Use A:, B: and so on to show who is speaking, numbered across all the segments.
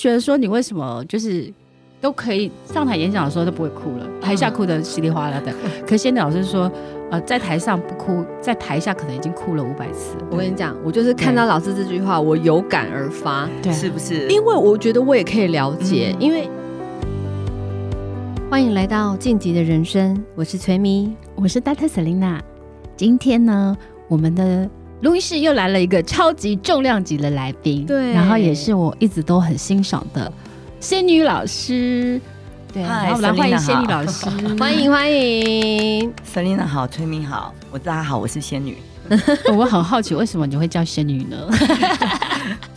A: 觉得说你为什么就是都可以上台演讲的时候都不会哭了，台下哭得稀里哗 啦的。可是现在老师说，呃，在台上不哭，在台下可能已经哭了五百次。
B: 我跟你讲，我就是看到老师这句话，我有感而发，
A: 对
C: 是不是？
B: 因为我觉得我也可以了解，
A: 嗯
B: 因为
D: 欢迎来到晋级的人生，我是崔咪。
A: 我是 Data Selina，今天呢，我们的录音室又来了一个超级重量级的来宾，
B: 对
A: 然后也是我一直都很欣赏的仙女老师，对，啊
C: 嗨
A: 然后我们来欢迎
C: Selina
A: 仙女老师，
B: 欢迎欢迎，
C: Selina 好，崔明好，我大家好，我是仙女。
A: 哦。我很好奇，为什么你会叫仙女呢？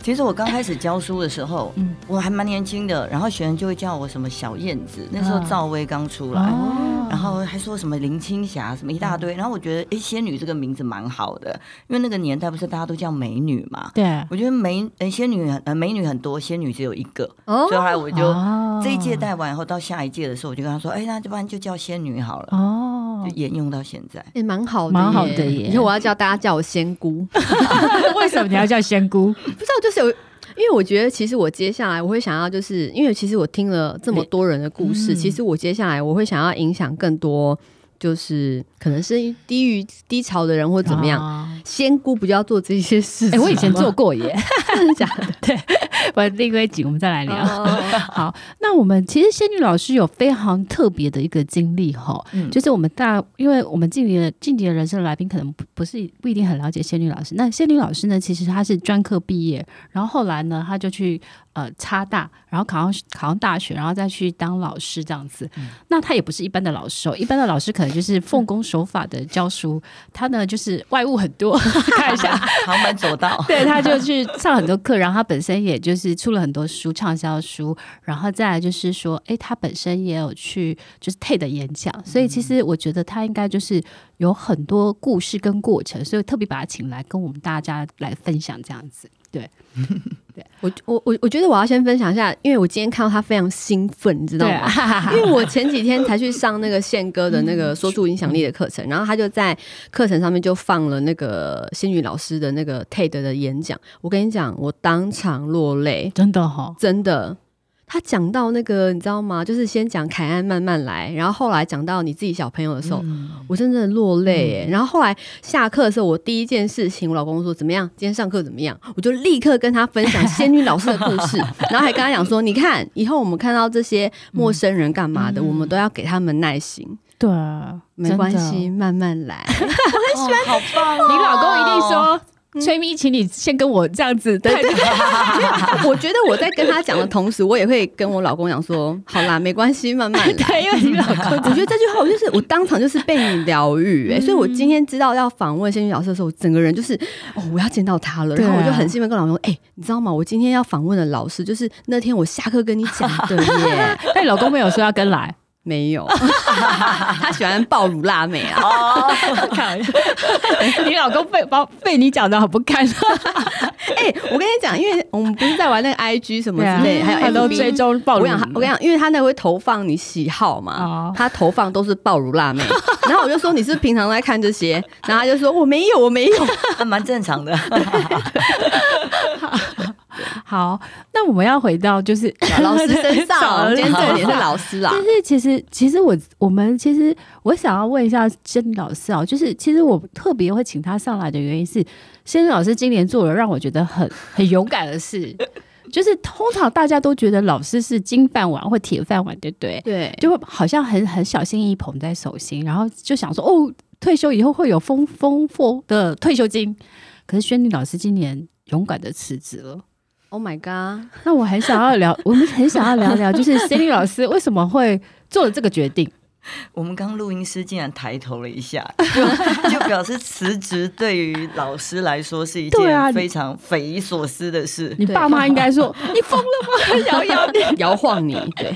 C: 其实我刚开始教书的时候，
A: 嗯
C: 我还蛮年轻的，然后学生就会叫我什么小燕子，那时候
A: 嗯
C: 赵薇刚出来。
A: 哦嗯
C: 然后还说什么林青霞什么一大堆，然后我觉得哎，仙女这个名字蛮好的，因为那个年代不是大家都叫美女嘛。
A: 对，
C: 我觉得美呃仙女很呃美女很多，仙女只有一个，
B: 哦
C: 所以后来我就
A: 哦
C: 这一届带完以后，到下一届的时候，我就跟他说，哎，那要不然就叫仙女好了，
A: 哦
C: 就，沿用到现在。
B: 也哎蛮好的，
A: 蛮好的耶
B: 以后我要叫大家叫我 仙姑，不
A: 为什么你要叫仙姑？
B: 知道就是有，因为我觉得其实我接下来我会想要，就是因为其实我听了这么多人的故事，
A: 嗯
B: 其实我接下来我会想要影响更多，就是可能是低于低潮的人或怎么样。
A: 哦？
B: 仙姑不要做这些事情。
A: 哎，我以前做过耶，
B: 真的假的？
A: 我另外一集我们再来聊。
B: 哦
A: 好，那我们其实仙女老师有非常特别的一个经历哈，
C: 嗯
A: 就是我们大，因为我们晋级的晋级的人生的来宾可能不不是不一定很了解仙女老师。那仙女老师呢，其实她是专科毕业，然后后来呢，她就去呃插大，然后考上考上大学，然后再去当老师这样子。那她也不是一般的老师哦，一般的老师可能就是奉公守法的教书，她呢就是外务很 多，看一 下。。
C: 旁门左道
A: 对，他就去上很多课，然后他本身也就是出了很多书，畅销书，然后再来就是说，诶，他本身也有去就是 TED 的演讲，所以其实我觉得他应该就是有很多故事跟过程，所以特别把他请来跟我们大家来分享这样 子。对，
B: 我我我我觉得我要先分享一下，因为我今天看到他非常兴奋，你知道吗？
A: 啊，
B: 因为我前几天才去上那个宪哥的那个说出影响力的课程，然后他就在课程上面就放了那个仙女老师的那个 TED 的演讲。我跟你讲，我当场落 泪，
A: 真的哈、哦，
B: 真的。他讲到那个，你知道吗？就是先讲凯安慢慢来，然后后来讲到你自己小朋友的时候，我真的落泪耶。然后后来下课的时候，我第一件事情，我老公说怎么样？今天上课怎么样？我就立刻跟他分享仙女老师的故事，然后还跟他讲说，你看以后我们看到这些陌生人干嘛的，我们都要给他们耐心，
A: 对，
B: 没关系，。慢慢来。
C: 哦，好棒、哦！
A: 你老公一定说。崔咪，请你先跟我这样子，对对
B: 我觉得我在跟他讲的同时，我也会跟我老公讲说，好啦，没关系，慢慢来。
A: 对，因为你老公
B: 我觉得这句话，我就是我当场就是被你疗愈
A: 嗯
B: 哎，所以我今天知道要访问仙女老师的时候，我整个人就是哦，我要见到她了，
A: 对啊
B: 然后我就很兴奋跟老公说，哎、你知道吗？我今天要访问的老师就是那天我下课跟你讲的 耶，
A: 但你老公没有说要跟 来，
B: 没有， 他喜欢爆乳辣妹 啊，
A: 哦看 你老公被把被你讲的好不堪，
B: 哎、我跟你讲，因为我们不是在玩那个 IG 什么之类，还有
A: 啊他
B: FB
A: 都追踪暴
B: 我
A: 露
B: 跟你讲，他我跟你讲，因为他那会投放你喜好嘛
A: 哦，
B: 他投放都是爆乳辣妹， 然后我就说你是平常在看这些，然后他就说我没有，我没有，
C: 还蛮正常的。
A: 好，那我们要回到就是
B: 老师 身 上，今天重点是
A: 老。
B: 老师啊
A: 但。是其实，其实我我们其实我想要问一下仙女老师啊，就是其实我特别会请她上来的原因是，仙女老师今年做了让我觉得很很勇敢的事，就是通常大家都觉得老师是金饭碗或铁饭碗，对不对？
B: 对，
A: 就会好像很很小心翼翼捧在手心，然后就想说哦，退休以后会有丰丰富的退休金。可是轩女老师今年勇敢的辞职了，
B: Oh my god！
A: 那我很想要聊，我们很想要聊聊，就是仙女老师为什么会做了这个决定？
C: 我们刚录音师竟然抬头了一下，就 就表示辞职对于老师来说是一
A: 对啊
C: 件
A: 你
C: 非常匪夷所思的事。
A: 你
B: 对
A: 爸妈应该说你疯了吗？摇摇你，
B: 摇晃你，对，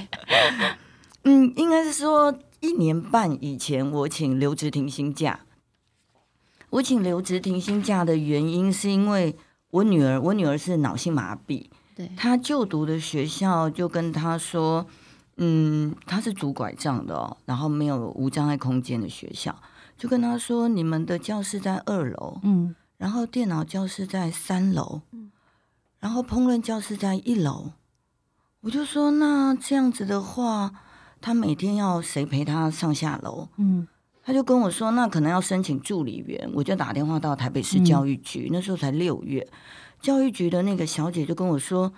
C: 嗯，应该是说一年半以前，我请留职停薪假。我请留职停薪假的原因是因为我女儿，我女儿是脑性麻痹，
B: 对
C: 她就读的学校就跟她说，嗯，她是拄拐杖的哦，然后没有无障碍空间的学校，就跟她说，你们的教室在二楼，
A: 嗯，
C: 然后电脑教室在三楼，然后烹饪教室在一楼。我就说那这样子的话，他每天要谁陪他上下楼？
A: 嗯
C: 他就跟我说，那可能要申请助理员，我就打电话到台北市
A: 嗯
C: 教育局，那时候才六月，教育局的那个小姐就跟我说：“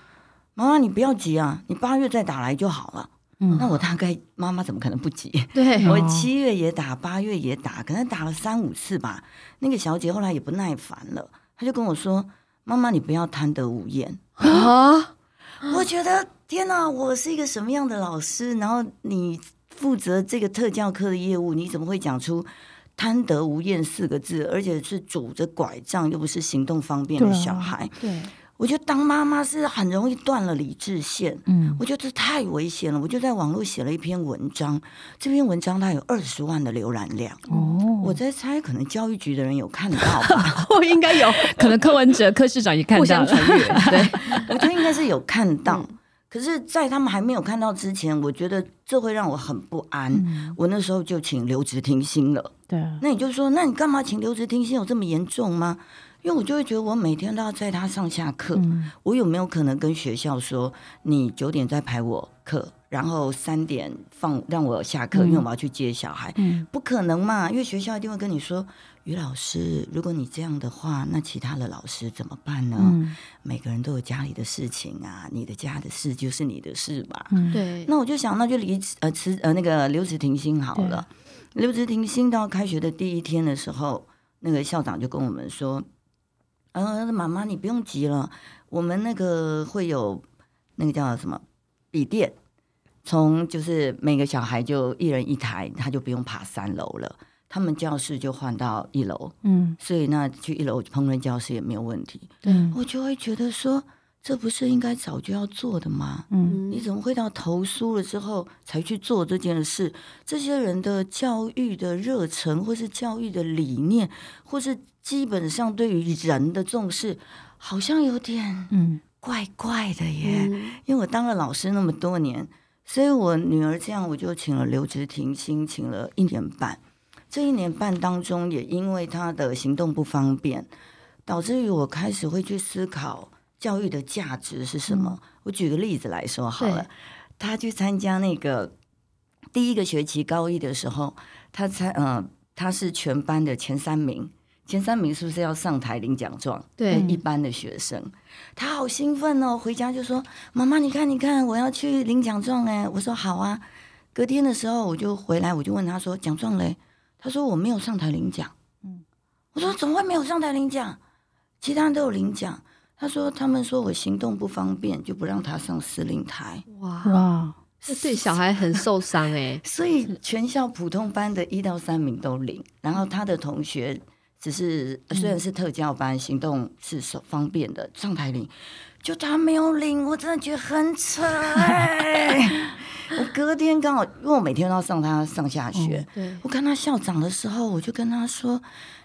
C: 妈妈，你不要急啊，你八月再打来就好了。
A: 嗯，
C: 那我大概妈妈怎么可能不急？
B: 对
A: 哦
C: 我七月也打，八月也打，可能打了三五次吧。那个小姐后来也不耐烦了，她就跟我说：“妈妈，你不要贪得无厌。”
B: 啊，
C: 我觉得天哪，我是一个什么样的老师？然后你负责这个特教课的业务，你怎么会讲出“贪得无厌”四个字？而且是拄着拐杖，又不是行动方便的
A: 对啊
C: 小孩。
A: 对，
C: 我觉得当妈妈是很容易断了理智线。
A: 嗯
C: 我觉得这太危险了，我就在网络写了一篇文章，这篇文章它有二十万的浏览量，
A: 哦，
C: 我在猜可能教育局的人有看到 吧。
B: 我哦应该有
A: 可能柯文哲柯市长也看
B: 互
A: 到
B: 相
A: 了，
B: 传阅，对，
C: 我觉得应该是有看 到。
A: 嗯
C: 可是，在他们还没有看到之前，我觉得这会让我很不安。
A: 嗯
C: 我那时候就请留职停薪了。
A: 对啊，
C: 那你就说，那你干嘛请留职停薪？有这么严重吗？因为我就会觉得我每天都要在他上下课，
A: 嗯
C: 我有没有可能跟学校说，你九点再排我课，然后三点放让我下课，
A: 嗯
C: 因为我要去接小孩？
A: 嗯
C: 不可能嘛，因为学校一定会跟你说，于老师，如果你这样的话，那其他的老师怎么办呢？
A: 嗯
C: 每个人都有家里的事情啊，你的家的事就是你的事吧。
A: 嗯，
B: 对
C: 那我就想，那就离职呃辞呃那个留职停薪好了。留职停薪到开学的第一天的时候，那个校长就跟我们说：“呃，妈妈你不用急了，我们那个会有那个叫什么笔电，从就是每个小孩就一人一台，他就不用爬三楼了。他们教室就换到一楼，
A: 嗯
C: 所以那去一楼烹饪教室也没有问题。
A: 对，
C: 我就会觉得说，这不是应该早就要做的吗？
A: 嗯
B: 嗯
C: 你怎么会到投诉了之后才去做这件事？这些人的教育的热忱，或是教育的理念，或是基本上对于人的重视，好像有点
A: 嗯
C: 怪怪的耶。
B: 嗯
C: 因为我当了老师那么多年，所以我女儿这样，我就请了留职停薪，请了一年半。这一年半当中，也因为她的行动不方便，导致于我开始会去思考教育的价值是什么。我举个例子来说好了
B: 对，
C: 她去参加那个第一个学期高一的时候，她参呃她是全班的前三名，前三名是不是要上台领奖状？
A: 嗯
B: 对
C: 一般的学生，他好兴奋哦，回家就说：“妈妈，你看，你看，我要去领奖状哎！”我说：“好啊。”隔天的时候，我就回来，我就问他说：“奖状嘞？”他说：“我没有上台领奖。”
A: 嗯
C: 嗯，我说：“怎么会没有上台领奖？其他人都有领奖。”他说：“他们说我行动不方便，就不让他上司令台。
B: 哇，
A: 哇，
B: 这对小孩很受伤哎，
C: 所以全校普通班的一到三名都领，然后他的同学只是呃虽然是特教班，行动是手方便的，上台领，就他没有领，我真的觉得很扯、哎我隔天刚好，因为我每天都要上他上下
A: 哦嗯
C: 学，
B: 对，
C: 我看他校长的时候，我就跟他说：“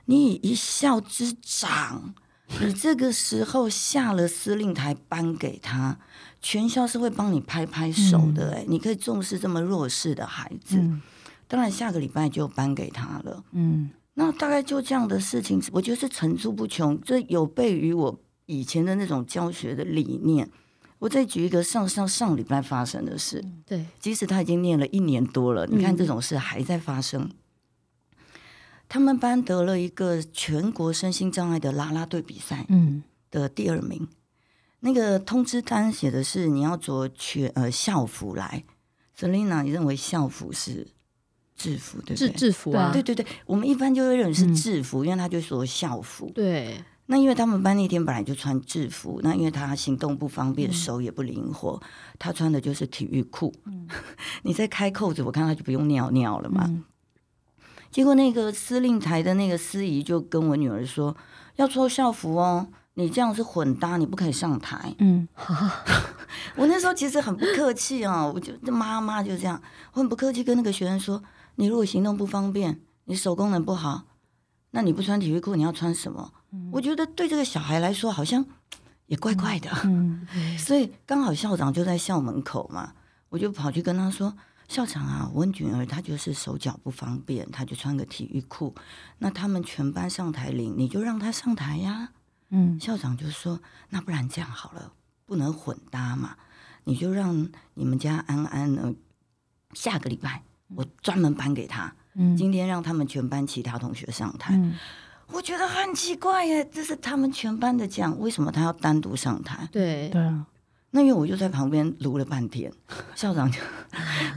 C: 你以一校之长，你这个时候下了司令台颁给他，全校是会帮你拍拍手的、哎、你可以重视这么弱势的孩子。
A: 嗯
C: 当然，下个礼拜就颁给他了。
A: 嗯
C: 那大概就这样的事情，我觉得是层出不穷，这有悖于我以前的那种教学的理念。我再举一个上上上礼拜发生的事，
B: 对，
C: 即使他已经念了一年多了，你看
B: 嗯
C: 这种事还在发生。他们班得了一个全国身心障碍的啦啦队比赛
A: 嗯
C: 的第二名。那个通知单写的是你要着全呃校服来。Selina，你认为校服是制服对不
B: 制
C: 对？
B: 制服啊，
C: 对对对，我们一般就会认为是
A: 嗯
C: 制服，因为他就说校服。
B: 对，
C: 那因为他们班那天本来就穿制服，那因为他行动不方便，手也不灵活，他穿的就是体育裤。 你再开扣子，我看他就不用尿尿了嘛。
A: 嗯
C: 结果那个司令台的那个司仪就跟我女儿说，要穿校服哦。你这样是混搭，你不可以上台。
A: 嗯
C: 我那时候其实很不客气哦，我就妈妈就这样，我很不客气跟那个学生说，你如果行动不方便，你手功能不好，那你不穿体育裤，你要穿什么？我觉得对这个小孩来说，好像也怪怪的。
A: 嗯
C: 所以刚好校长就在校门口嘛，我就跑去跟他说：“校长啊，我女儿她就是手脚不方便，她就穿个体育裤。那他们全班上台领，你就让她上台呀、
A: 嗯
C: 校长就说：“那不然这样好了，不能混搭嘛。你就让你们家安安呢，下个礼拜我专门颁给他，
D: 嗯
C: 今天让他们全班其他同学上台。
D: 嗯
C: 我觉得很奇怪耶，这是他们全班的奖，为什么他要单独上台？
B: 对，
A: 对啊，
C: 那因为我就在旁边撸了半 天，校长就，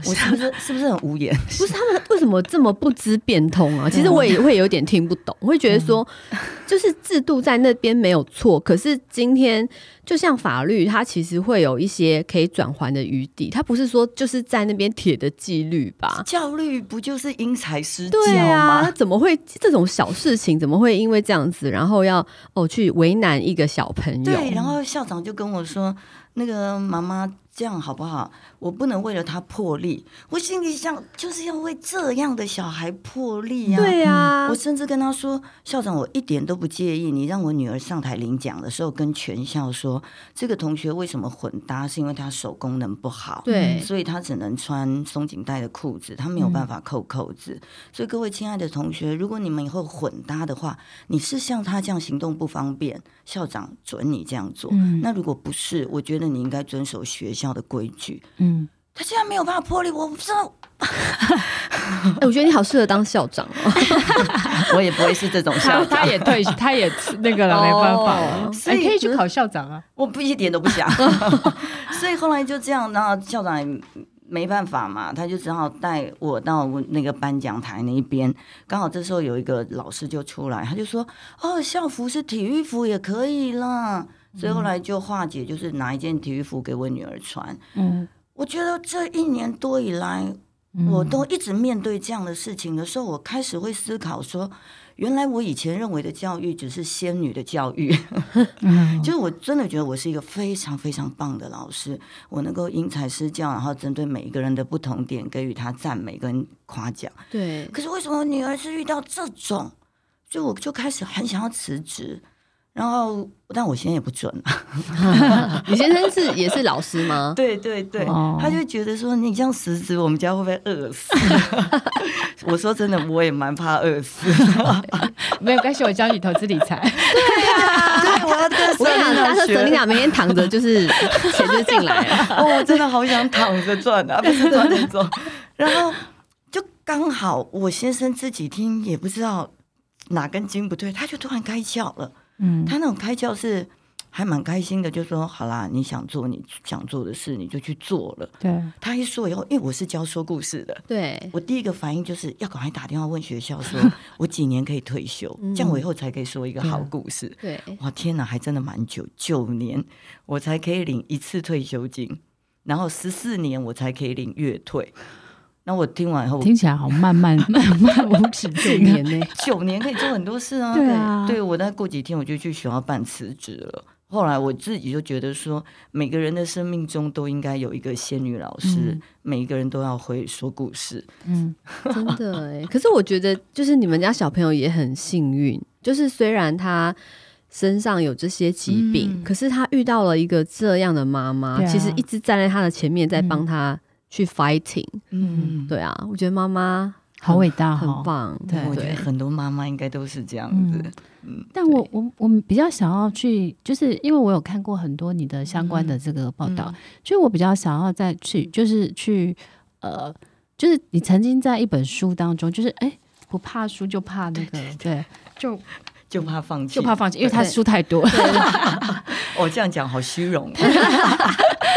C: 我是不是是不是很无言？
B: 不是他们为什么这么不知变通 啊？其实我也会有点听不懂，我会觉得说，
C: 嗯
B: 就是制度在那边没有错，可是今天就像法律，它其实会有一些可以转圜的余地，它不是说就是在那边铁的纪律吧？
C: 教律不 就是因材施教
B: 对啊，
C: 吗？
B: 怎么会这种小事情怎么会因为这样子，然后要哦去为难一个小朋友？
C: 对，然后校长就跟我说：“那个妈妈，这样好不好？我不能为了他破例。”我心里想，就是要为这样的小孩破例啊！
B: 对啊
C: 我，甚至跟他说：“校长，我一点都不介意你让我女儿上台领奖的时候跟全校说，这个同学为什么混搭，是因为他手功能不好。”
B: 对，
C: 所以他只能穿松紧带的裤子，他没有办法扣扣子。所以各位亲爱的同学，如果你们以后混搭的话，你是像他这样行动不方便，校长准你这样做。
D: 嗯
C: 那如果不是，我觉得你应该遵守学校的规矩。
D: 嗯，
C: 他竟然没有办法破例，我不知道，嗯
B: 哎、我觉得你好适合当校长哦。
C: 我也不会是这种
A: 他他也退，他也那个了，没办法了
B: 哦，
A: 哎，
C: 所以
A: 可以去考校长啊。
C: 我不一点都不想。所以后来就这样，然后校长也没办法嘛，他就只好带我到我那个颁奖台那一边。刚好这时候有一个老师就出来，他就说：“哦，校服是体育服也可以啦。”所以后来就化解，就是拿一件体育服给我女儿穿。
D: 嗯，
C: 我觉得这一年多以来，我都一直面对这样的事情的时候，我开始会思考说，原来我以前认为的教育只是仙女的教育，
A: 嗯
C: 就是我真的觉得我是一个非常非常棒的老师，我能够因材施教，然后针对每一个人的不同点给予他赞美跟夸奖。
B: 对，
C: 可是为什么我女儿是遇到这种？所以我就开始很想要辞职，然后但我现在也不准啊了。
B: 你先生是也是老师吗？
C: 对对对，
A: 哦
C: 他就觉得说你这样辞职，我们家会不会饿死？ 我说真的，我也蛮怕饿死。
A: 没有关系，我教你投资理财。
C: 对，啊我要跟
B: 我跟你讲，大
C: 学
B: 瑟琳娜每天躺着就是钱就进来 了。
C: 哦，我真的好想躺着赚啊，不是赚那种。然后就刚好我先生自己听也不知道哪根筋不对，他就突然开窍了。
D: 嗯
C: 他那种开窍是还蛮开心的，就说好啦，你想做你想做的事，你就去做了。
A: 对，
C: 他一说以后，因为我是教说故事的。
B: 对，
C: 我第一个反应就是要赶快打电话问学校说我几年可以退休，这样我以后才可以说一个好故事。
B: 对，
C: 哇，天哪，还真的蛮久，九年我才可以领一次退休金，然后十四年我才可以领月退。那我听完以后，
A: 听起来好漫漫漫漫无止
B: 九
A: 境啊
B: 年。呢、
C: 九年可以做很多事啊。
A: 对啊
C: 对我大概过几天我就去学校办辞职了。后来我自己就觉得说，每个人的生命中都应该有一个仙女老师，每一个人都要会说故事。
A: 嗯，
B: 真的哎、可是我觉得，就是你们家小朋友也很幸运，就是虽然他身上有这些疾病，
A: 嗯
B: 可是他遇到了一个这样的妈妈，
A: 对啊嗯
B: 其实一直站在他的前面，在帮他去 fighting、
C: 嗯，
B: 对啊，我觉得妈妈
A: 好伟大
B: 很
A: 哈。
B: 棒，
A: 哦对
C: 我觉得
B: 对
C: 很多妈妈应该都是这样子。
A: 嗯但我我我比较想要去，就是因为我有看过很多你的相关的这个报道，所以我比较想要再去，就是去呃，就是你曾经在一本书当中，就是哎、不怕输就怕那个，对，就
C: 就怕放弃，
A: 就怕放弃，因为他
B: 对
A: 书太多了。
C: 我、哦、这样讲好虚荣、哦。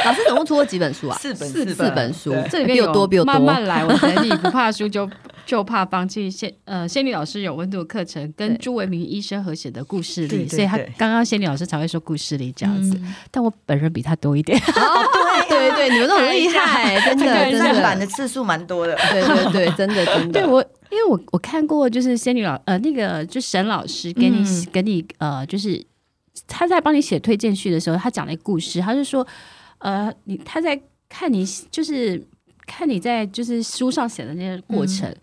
B: 老师总共出过几本书啊？
C: 四本
B: 四
C: 四
B: 四
C: 本
B: 本书
C: 对，
A: 这里
B: 比
A: 面
B: 我
A: 有
B: 多，比我多。
A: 慢慢来，我等你。不怕输 就就怕放弃。仙呃，仙女老师有温度课程，跟
B: 对
A: 朱维明医生合写的故事
C: 对
A: 里，
C: 对
A: 所以他
C: 对
A: 刚刚仙女老师才会说故事里这样子。但我本人比他多一点，
B: 哦，对对对，你们都很厉害，真的
A: 看一
B: 真
A: 下
C: 看
B: 的
C: 版。的次数蛮 多的。
B: 对对对，真的真的，
A: 对我。因为我我看过，就是仙女老呃那个就沈老师给你、
C: 嗯
A: 给你呃就是他在帮你写推荐序的时候，他讲了一个故事，他就说呃你他在看你就是看你在就是书上写的那些过程，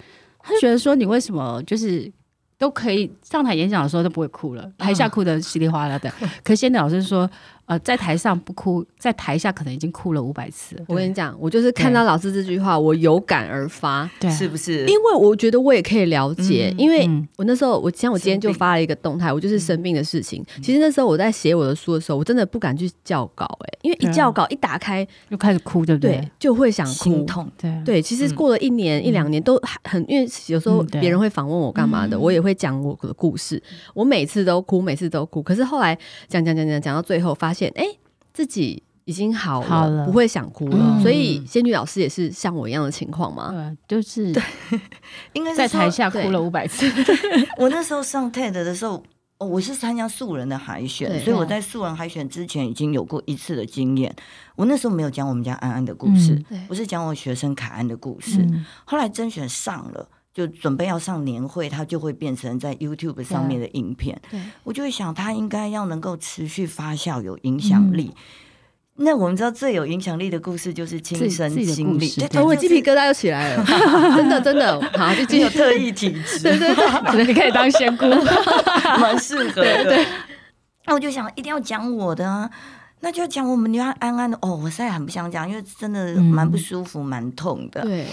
A: 他就觉得说你为什么就是嗯 都可以上台演讲的时候都不会哭了，台下哭的稀里哗啦的。可是仙女老师说，呃，在台上不哭，在台下可能已经哭了五百次了。
B: 我跟你讲，我就是看到老师这句话，我有感而发，
A: 对啊
C: 是不是？
B: 因为我觉得我也可以了解，
C: 嗯
B: 因为
A: 嗯
B: 我那时候，我像我今天就发了一个动态，我就是生病的事情。
A: 嗯
B: 其实那时候我在写我的书的时候，我真的不敢去校稿、哎，因为
A: 对
B: 一
A: 啊
B: 校稿一打开，
A: 又开始哭，对不
B: 对，就会想哭
C: 心。痛，
A: 对啊
B: 对，其实
C: 嗯
B: 过了一年、一两年都还很，因为有时候
A: 嗯对
B: 别人会访问我干嘛的，
C: 嗯
B: 我也会讲我的故事。我每次都哭，每次都哭。可是后来讲讲讲讲讲到最后，发现哎、自己已经好了，
A: 好了
B: 不会想哭了。
A: 嗯
B: 所以仙女老师也是像我一样的情况吗？
A: 呃，就是
C: 应该是
A: 在
C: 说
A: 台下
B: 对
A: 哭了五百次。
C: 我那时候上 TED 的时候，哦，我是参加素人的海选
B: 对，
C: 所以我在素人海选之前已经有过一次的经验。我那时候没有讲我们家安安的故事，
B: 对
C: 我是讲我学生凯安的故事。
A: 嗯
C: 后来甄选上了。就准备要上年会，它就会变成在 YouTube 上面的影片。
B: 对
C: 我就会想，它应该要能够持续发酵，有影响力。那我们知道最有影响力的故事就是亲身
A: 自己自己的
C: 经
A: 故
C: 历，
A: 事
C: 对
A: 对
B: 哦，我鸡皮疙瘩又起来了， 真的真的，好，就
C: 就
B: 继
C: 有
B: 续。
C: 特异体质，
B: 对对对，
A: 可能你可以当仙姑。
C: 蛮适合的。那我就想一定要讲我的啊，那就要讲我们家安安的哦。我现在很不想讲，因为真的蛮不舒服、蛮痛的。
B: 对，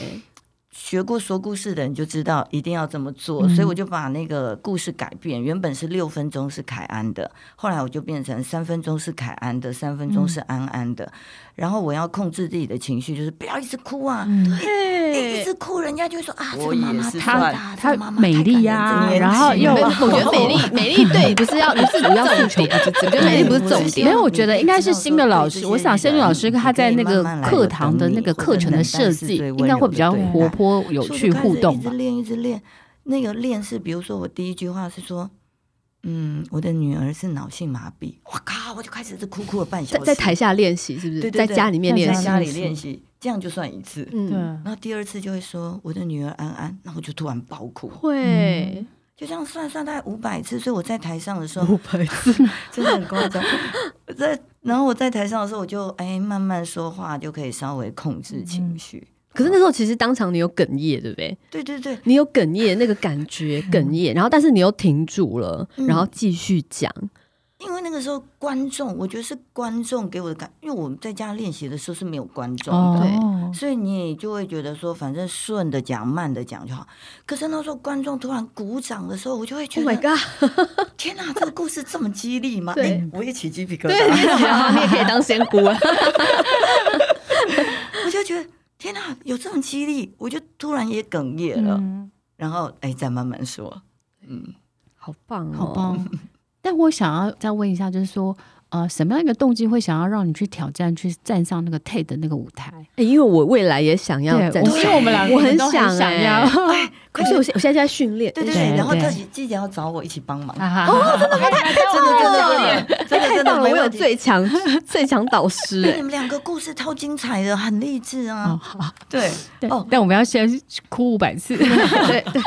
C: 学过说故事的人就知道一定要这么做，
A: 嗯
C: 所以我就把那个故事改变，原本是六分钟是凯安的，后来我就变成三分钟是凯安的，三分钟是安安的。然后我要控制自己的情绪，就是不要一直哭啊。
A: 嗯
B: 嗯
C: 一一直哭，人家就会说啊，这
E: 我
C: 个妈
E: 也
C: 妈
E: 是
C: 太大
E: 算
C: 了，这
A: 她
C: 个妈妈
A: 美
C: 太感
A: 丽
C: 人
A: 呀
C: 这个年
A: 然后
C: 纪
A: 又
C: 了
A: 有啊
B: 我觉得美丽，美丽对，不是要，不是不要重点，我觉得美丽不是重点
A: 没。有，我觉得应该是新的老师。我想仙女老师她在那个课堂的那个课程的设计，应该会比较活泼、有趣、互动
C: 一
A: 吧
C: 直。练，一直练。那个练是，比如说我第一句话是说，嗯，我的女儿是脑性麻痹。我靠，我就开始是哭哭了半小
B: 在
C: 时，
B: 在台下练习是不是？
C: 对对
B: 在
C: 对
B: 家里面练
C: 在
B: 习，
C: 家里练习，这样就算一次。
B: 嗯，
C: 然后第二次就会说我的女儿安安，那我就突然爆哭，
B: 会
C: 就这样算算大概五百次。所以我在台上的时候，
B: 百
C: 真的很夸张。我在然后我在台上的时候，我就哎慢慢说话，就可以稍微控
B: 嗯
C: 制情绪。
B: 可是那时候其实当场你有哽咽，对不对？
C: 对对对，
B: 你有哽咽那个感觉，哽咽，然后但是你又停住了，
C: 嗯
B: 然后继续讲。
C: 因为那个时候观众，我觉得是观众给我的感，因为我们在家练习的时候是没有观众的，
A: 哦，
C: 所以你也就会觉得说，反正顺着讲，慢的讲就好。可是那时候观众突然鼓掌的时候，我就会觉
B: Oh
C: 得
B: my god！
C: 天哪，这个故事这么激励吗？
B: 对
C: 诶我也起鸡皮疙
B: 对，
C: 瘩，
B: 你也可以当仙姑啊。
C: 我就觉得天哪，有这种激励，我就突然也哽咽
A: 嗯
C: 了。
B: 嗯
C: 然后哎，再慢慢说，
B: 哦
C: 嗯，
B: 好棒哦！
A: 好棒。但我想要再问一下，就是说，呃，什么样一个动机会想要让你去挑战，去站上那个 TED 的那个舞台？
B: 哎！因为我未来也想要
A: 对，
B: 站
A: 我
B: 上，
A: 因为我们两个
B: 我很
A: 都很
B: 想
A: 想要
B: 哎。 可是我现我现在在训练，
C: 对对
A: 对
C: 对。然后
A: 对
C: 特写记得要找我一起帮忙，
A: 哦，真的吗？太
C: 真的真的 真的真的
B: 哎太
C: 真的
B: 棒了！
C: 没
B: 我有
C: 问题。
B: 最强最强导师
C: 对，
B: 哎
C: 你。们两个故事超精彩的，很励志啊！
A: 好，
C: 对，
A: 对
C: 哦，
A: 但我们要先哭五百次。
B: 对对，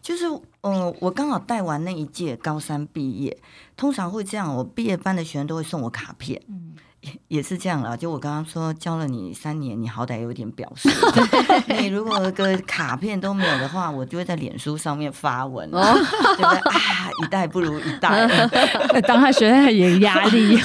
C: 就是嗯、呃我刚好带完那一届高三毕业，通常会这样，我毕业班的学生都会送我卡片。也也是这样啦，就我刚刚说教了你三年，你好歹有点表示。你如果有个卡片都没有的话，我就会在脸书上面发文，对不对？啊，一代不如一代。
A: 当他学生也有压力，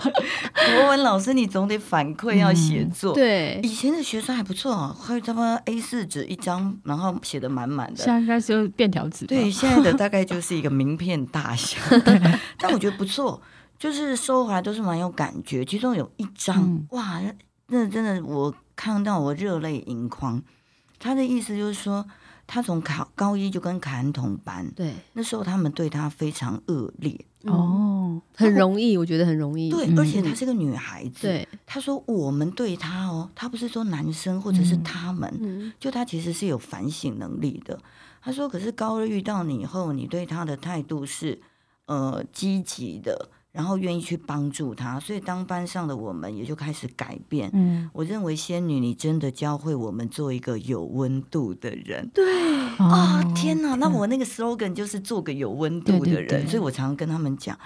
C: 国文老师，你总得反馈要写作。
B: 对，
C: 以前的学生还不错哦，会他妈 A 四纸一张，然后写的满满的。
A: 现在应该是用便条纸吧。
C: 对，现在的大概就是一个名片大 小， 但我觉得不错，就是收回来都是蛮有感觉。其中有一张，
A: 嗯
C: 哇，那真的我看到我热泪盈眶。他的意思就是说，他从考高一就跟凯恩同班，
B: 对，
C: 那时候他们对他非常恶劣，
B: 哦，
A: 哦，
B: 很容易，我觉得很容易。
C: 对，而且她是个女孩
B: 嗯
C: 子，
B: 对，
C: 他说我们对他哦，他不是说男生或者是他们，
B: 嗯，
C: 就他其实是有反省能力的。他说，可是高二遇到你以后，你对他的态度是呃积极的，然后愿意去帮助他，所以当班上的我们也就开始改变。
A: 嗯，
C: 我认为仙女，你真的教会我们做一个有温度的人。啊、
A: 哦，
C: 天哪！那我那个 slogan 就是做个有温度
A: 对
C: 的
A: 对
C: 人，
A: 对
C: 所以我常常跟他们讲，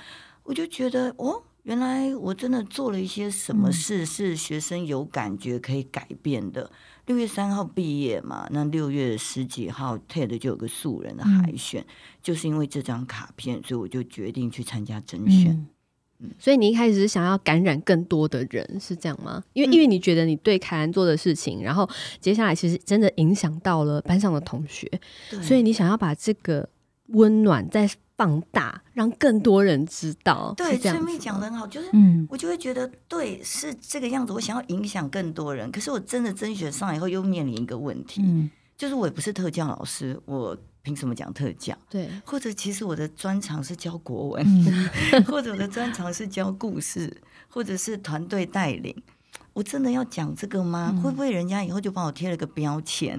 C: 我就觉得哦，原来我真的做了一些什么事是学生有感觉可以改变的。六月三号毕业嘛，那六月十几号 TED 就有个素人的海选，就是因为这张卡片，所以我就决定去参加甄选。
A: 嗯
B: 所以你一开始是想要感染更多的人，是这样吗？
C: 嗯
B: 因为、因为你觉得你对凯安做的事情，然后接下来其实真的影响到了班上的同学，嗯所以你想要把这个温暖再放大，让更多人知道，
C: 对
B: 是这样子
C: 崔
B: 吗
C: 妹讲的很好，就是
A: 嗯
C: 我就会觉得对是这个样子，我想要影响更多人。可是我真的甄选上以后，又面临一个问题，
A: 嗯
C: 就是我也不是特教老师，我凭什么讲特教？
B: 对，
C: 或者其实我的专长是教国文，
A: 嗯，
C: 或者我的专长是教故事，或者是团队带领。我真的要讲这个吗？会不会人家以后就帮我贴了个标签，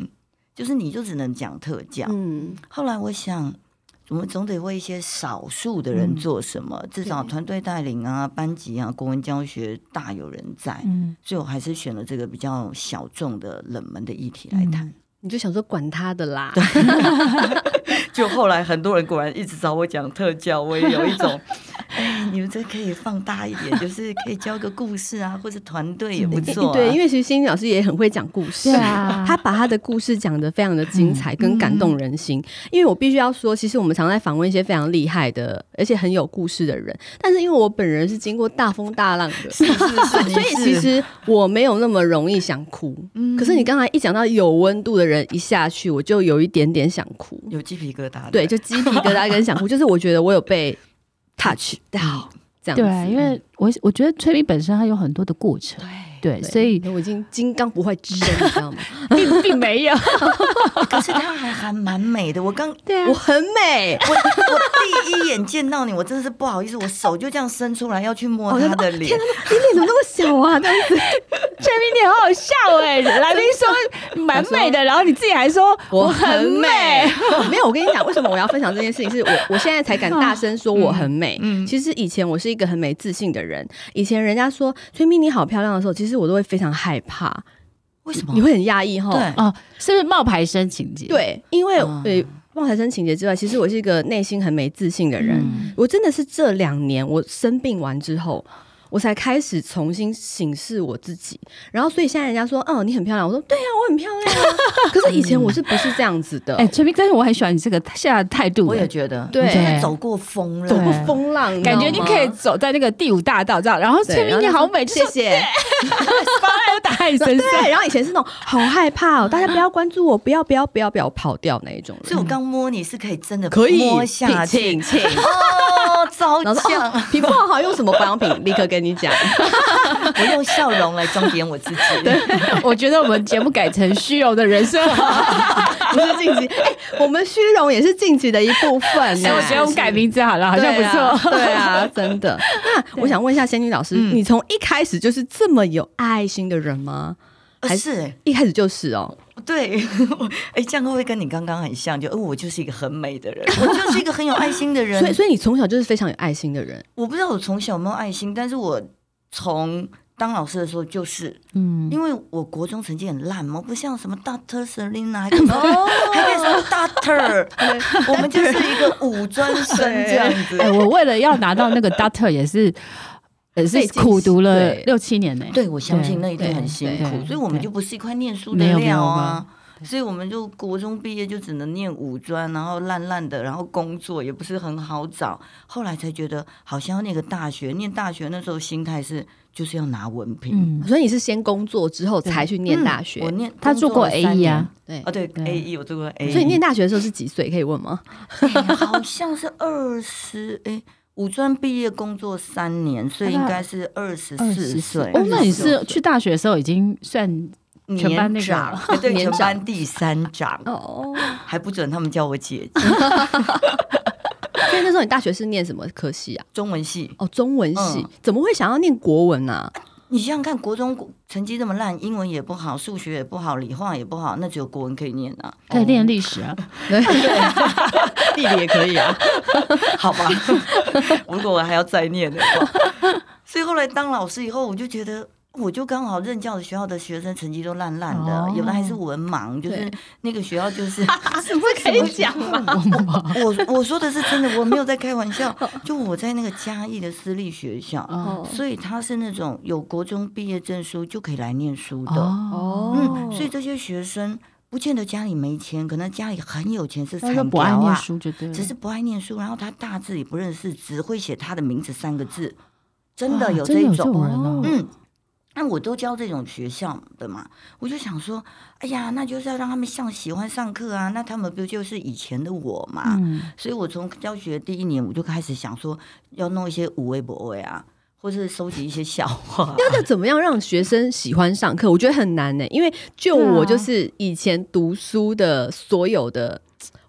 C: 就是你就只能讲特教？
B: 嗯，
C: 后来我想，我们总得为一些少数的人做什么，至少团队带领啊、班级啊、国文教学大有人 在，
A: 嗯
C: 所以我还是选了这个比较小众的冷门的议题来
A: 嗯
C: 谈。
B: 你就想说管他的啦，
C: 就后来很多人果然一直找我讲特教，我也有 一种，哎，你们这可以放大一点，就是可以教个故事啊，或者团队也不错、
B: 嗯
C: 啊。
B: 对，因为其实心理老师也很会讲故事，
A: 对啊 嗯
B: 他把他的故事讲得非常的精彩跟感动人心。因为我必须要说，其实我们常在访问一些非常厉害的，而且很有故事的人，但是因为我本人是经过大风大浪的，
C: 是是是，
B: 所以其实我没有那么容易想哭。
C: 嗯
B: 可是你刚才一讲到有温度的人一下去，我就有一点点想哭，
C: 有鸡皮疙瘩的。
B: 对，就鸡皮疙瘩跟想哭， 就是我觉得我有被 touch 到这样子。
A: 对，因为我我觉得催眠本身它有很多的过程，对，
B: 对
A: 所 以
B: 我已经金刚不坏之身，你知道吗？
A: 并并没有，
C: 可是他还还蛮美的，我刚
A: 对啊
B: 我很美，
C: 我我第一眼见到你，我真的是不好意思，我手就这样伸出来要去
B: 哦
C: 摸他
B: 啊
C: 的脸。
B: 你脸怎么那么小啊？这样子，
A: 崔明，你很好笑哎、来宾说蛮美的，然后你自己还说
B: 我
A: 很
B: 很美。 没有，我跟你讲，为什么我要分享这件事情？是我我现在才敢大声说我很美。
C: 嗯嗯
B: 其实以前我是一个很没自信的人，以前人家说崔咪你好漂亮的时候，其实我都会非常害怕，
C: 为什么？
B: 你会很压抑哈。
C: 对
A: 哦，是不是冒牌生情节？，
B: 对，因为
C: 嗯
B: 呃，望才生情节之外，其实我是一个内心很没自信的人。
A: 嗯
B: 我真的是这两年我生病完之后。我才开始重新审视我自己，然后所以现在人家说，嗯，你很漂亮，我说对呀、我很漂亮啊。可是以前我是不是这样子的？
A: 哎、崔明，但是我很喜欢你这个现在的态度、
C: 我也
A: 哎
C: 觉得，
B: 哦对
C: 你真的走过风了，
A: 走过
B: 不风浪，
A: 感觉你
B: 知道吗
A: 可以走在那个第五大道这样，然后
B: 对
A: 崔明你
B: 然后
A: 好美，
B: 谢
A: 就是
B: 谢。
A: 把我打在你 身上。
B: 对，然后以前是那种好害怕哦，大家不要关注我，不要不要不要不要跑掉那一种人，
C: 所以我刚摸你是可以真的
B: 可以
C: 摸下去，
B: 请请。
C: 哦，糟
B: 然后说
C: 酱
B: 哦，，皮肤好好，用什么保养品？立刻跟你讲，
C: 我用笑容来装点我自己。
A: 我觉得我们节目改成虚荣的人生好 了，
B: 不是晋级，哎，我们虚荣也是晋级的一部
C: 啊
B: 分呢。
A: 哎
B: 啊
A: 我觉得我们改名字好了，好
B: 对
A: 像不
B: 啊
A: 错。
B: 对啊，真的。那我想问一下仙女老师，
C: 嗯
B: 你从一开始就是这么有爱心的人吗？还
C: 还呃是
B: 一开始就是哦，
C: 对， 哎，这样会不会跟你刚刚很像？就，哦，我就是一个很美的人，我就是一个很有爱心的
B: 所以
C: 人。
B: 所以你从小就是非常有爱心的人，
C: 我不知道我从小有没有爱心，但是我从当老师的时候就是，
A: 嗯，
C: 因为我国中成绩很烂嘛，不像什么 Doctor Selina，还可以说还可以说 Doctor，我们就是一个五专生这样子
A: 哎、。我为了要拿到那个 doctor 也是，也
B: 费
A: 是
B: 尽
A: 苦读了
B: 对
A: 六七年呢、
C: 对，我相信
A: 对
C: 那一定
B: 对
C: 很辛
A: 对
C: 苦，所以我们
A: 对
C: 就不是一块念书
A: 没有
C: 的
A: 没有
C: 料
A: 没
C: 啊。所以我们就国中毕业就只能念五专，然后烂烂的，然后工作也不是很好找。后来才觉得好像要念个大学，念大学那时候心态是就是要拿文凭。
A: 嗯，
B: 所以你是先工作之后才去念
C: 嗯
B: 大学
C: 我。念
A: 他
C: 工
A: 做过
C: 了三
A: AE
C: 年
A: 啊
B: 对
C: 啊，对
A: 对
C: A E 我做过 A E，
B: 所以念大学的时候是几岁？可以问吗？
C: 哎好像是二十哎，五专毕业工作三年，所以应该是二十四岁。
A: 哦，那你是
C: 24
A: 去大学的时候已经算全班那
C: 年
A: 个
C: 长，对，
B: 年
C: 全
B: 长
C: 班第三长，
B: 哦，
C: 还不准他们叫我姐姐。
B: 所以那时候你大学是念什么科系啊？
C: 中文系，
B: 哦，中文系，
C: 嗯
B: 怎么会想要念国文啊？
C: 你想想看，国中成绩这么烂，英文也不好，数学也不好，理化也不好，那只有国文可以念啊，
A: 可以练历史 啊，
B: 地理也可以啊。
C: 好 吧？如果我还要再念的话，所以后来当老师以后，我就觉得。我就刚好任教的学校的学生成绩都烂烂的，
A: 哦
C: 有的还是文盲，就是
B: 对
C: 那个学 校就是
B: 是不是可以讲嘛？
C: 哦我我说的是真的，我没有在开玩笑。就我在那个嘉义的私立学校，
A: 哦
C: 所以他是那种有国中毕业证书就可以来念书的。
A: 哦，
C: 嗯，所以这些学生不见得家里没钱，可能家里很有钱，是
A: 他说
C: 产
A: 不
C: 条
A: 爱念
C: 啊，
A: 书就对了，
C: 只是不爱念书，然后他大字也不认识，只会写他的名字三个字。真的
A: 哇
C: 有
A: 啊真
C: 这
A: 的有
C: 一
A: 这
C: 种，
A: 种人哦，
C: 嗯，那我都教这种学校的嘛，我就想说，哎呀，那就是要让他们上喜欢上课啊，那他们不就是以前的我嘛？
A: 嗯
C: 所以我从教学第一年我就开始想说，要弄一些五味博味啊，或是收集一些笑话 啊、
B: 那怎么样让学生喜欢上课？我觉得很难呢、因为就
A: 对啊
B: 我就是以前读书的所有的，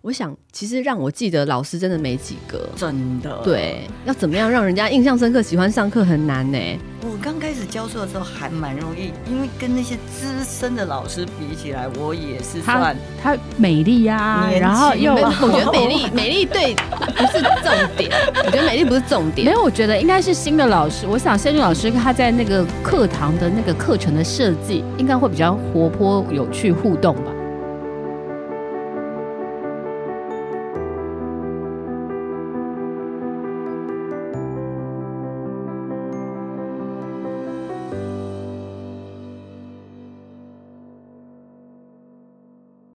B: 我想其实让我记得老师真的没几个。
C: 真的，，
B: 对，要怎么样让人家印象深刻、喜欢上课很难呢、欸
C: 我刚开始教书的时候还蛮容易，因为跟那些资深的老师比起来，我也是
A: 他
C: 算
A: 她美丽呀，
C: 年轻
A: 然后又
B: 没有我觉得美丽，美丽对不是重点，我觉得美丽不是重点
A: 没。有，我觉得应该是新的老师。我想仙女老师她在那个课堂的那个课程的设计，应该会比较活泼、有趣、互动吧。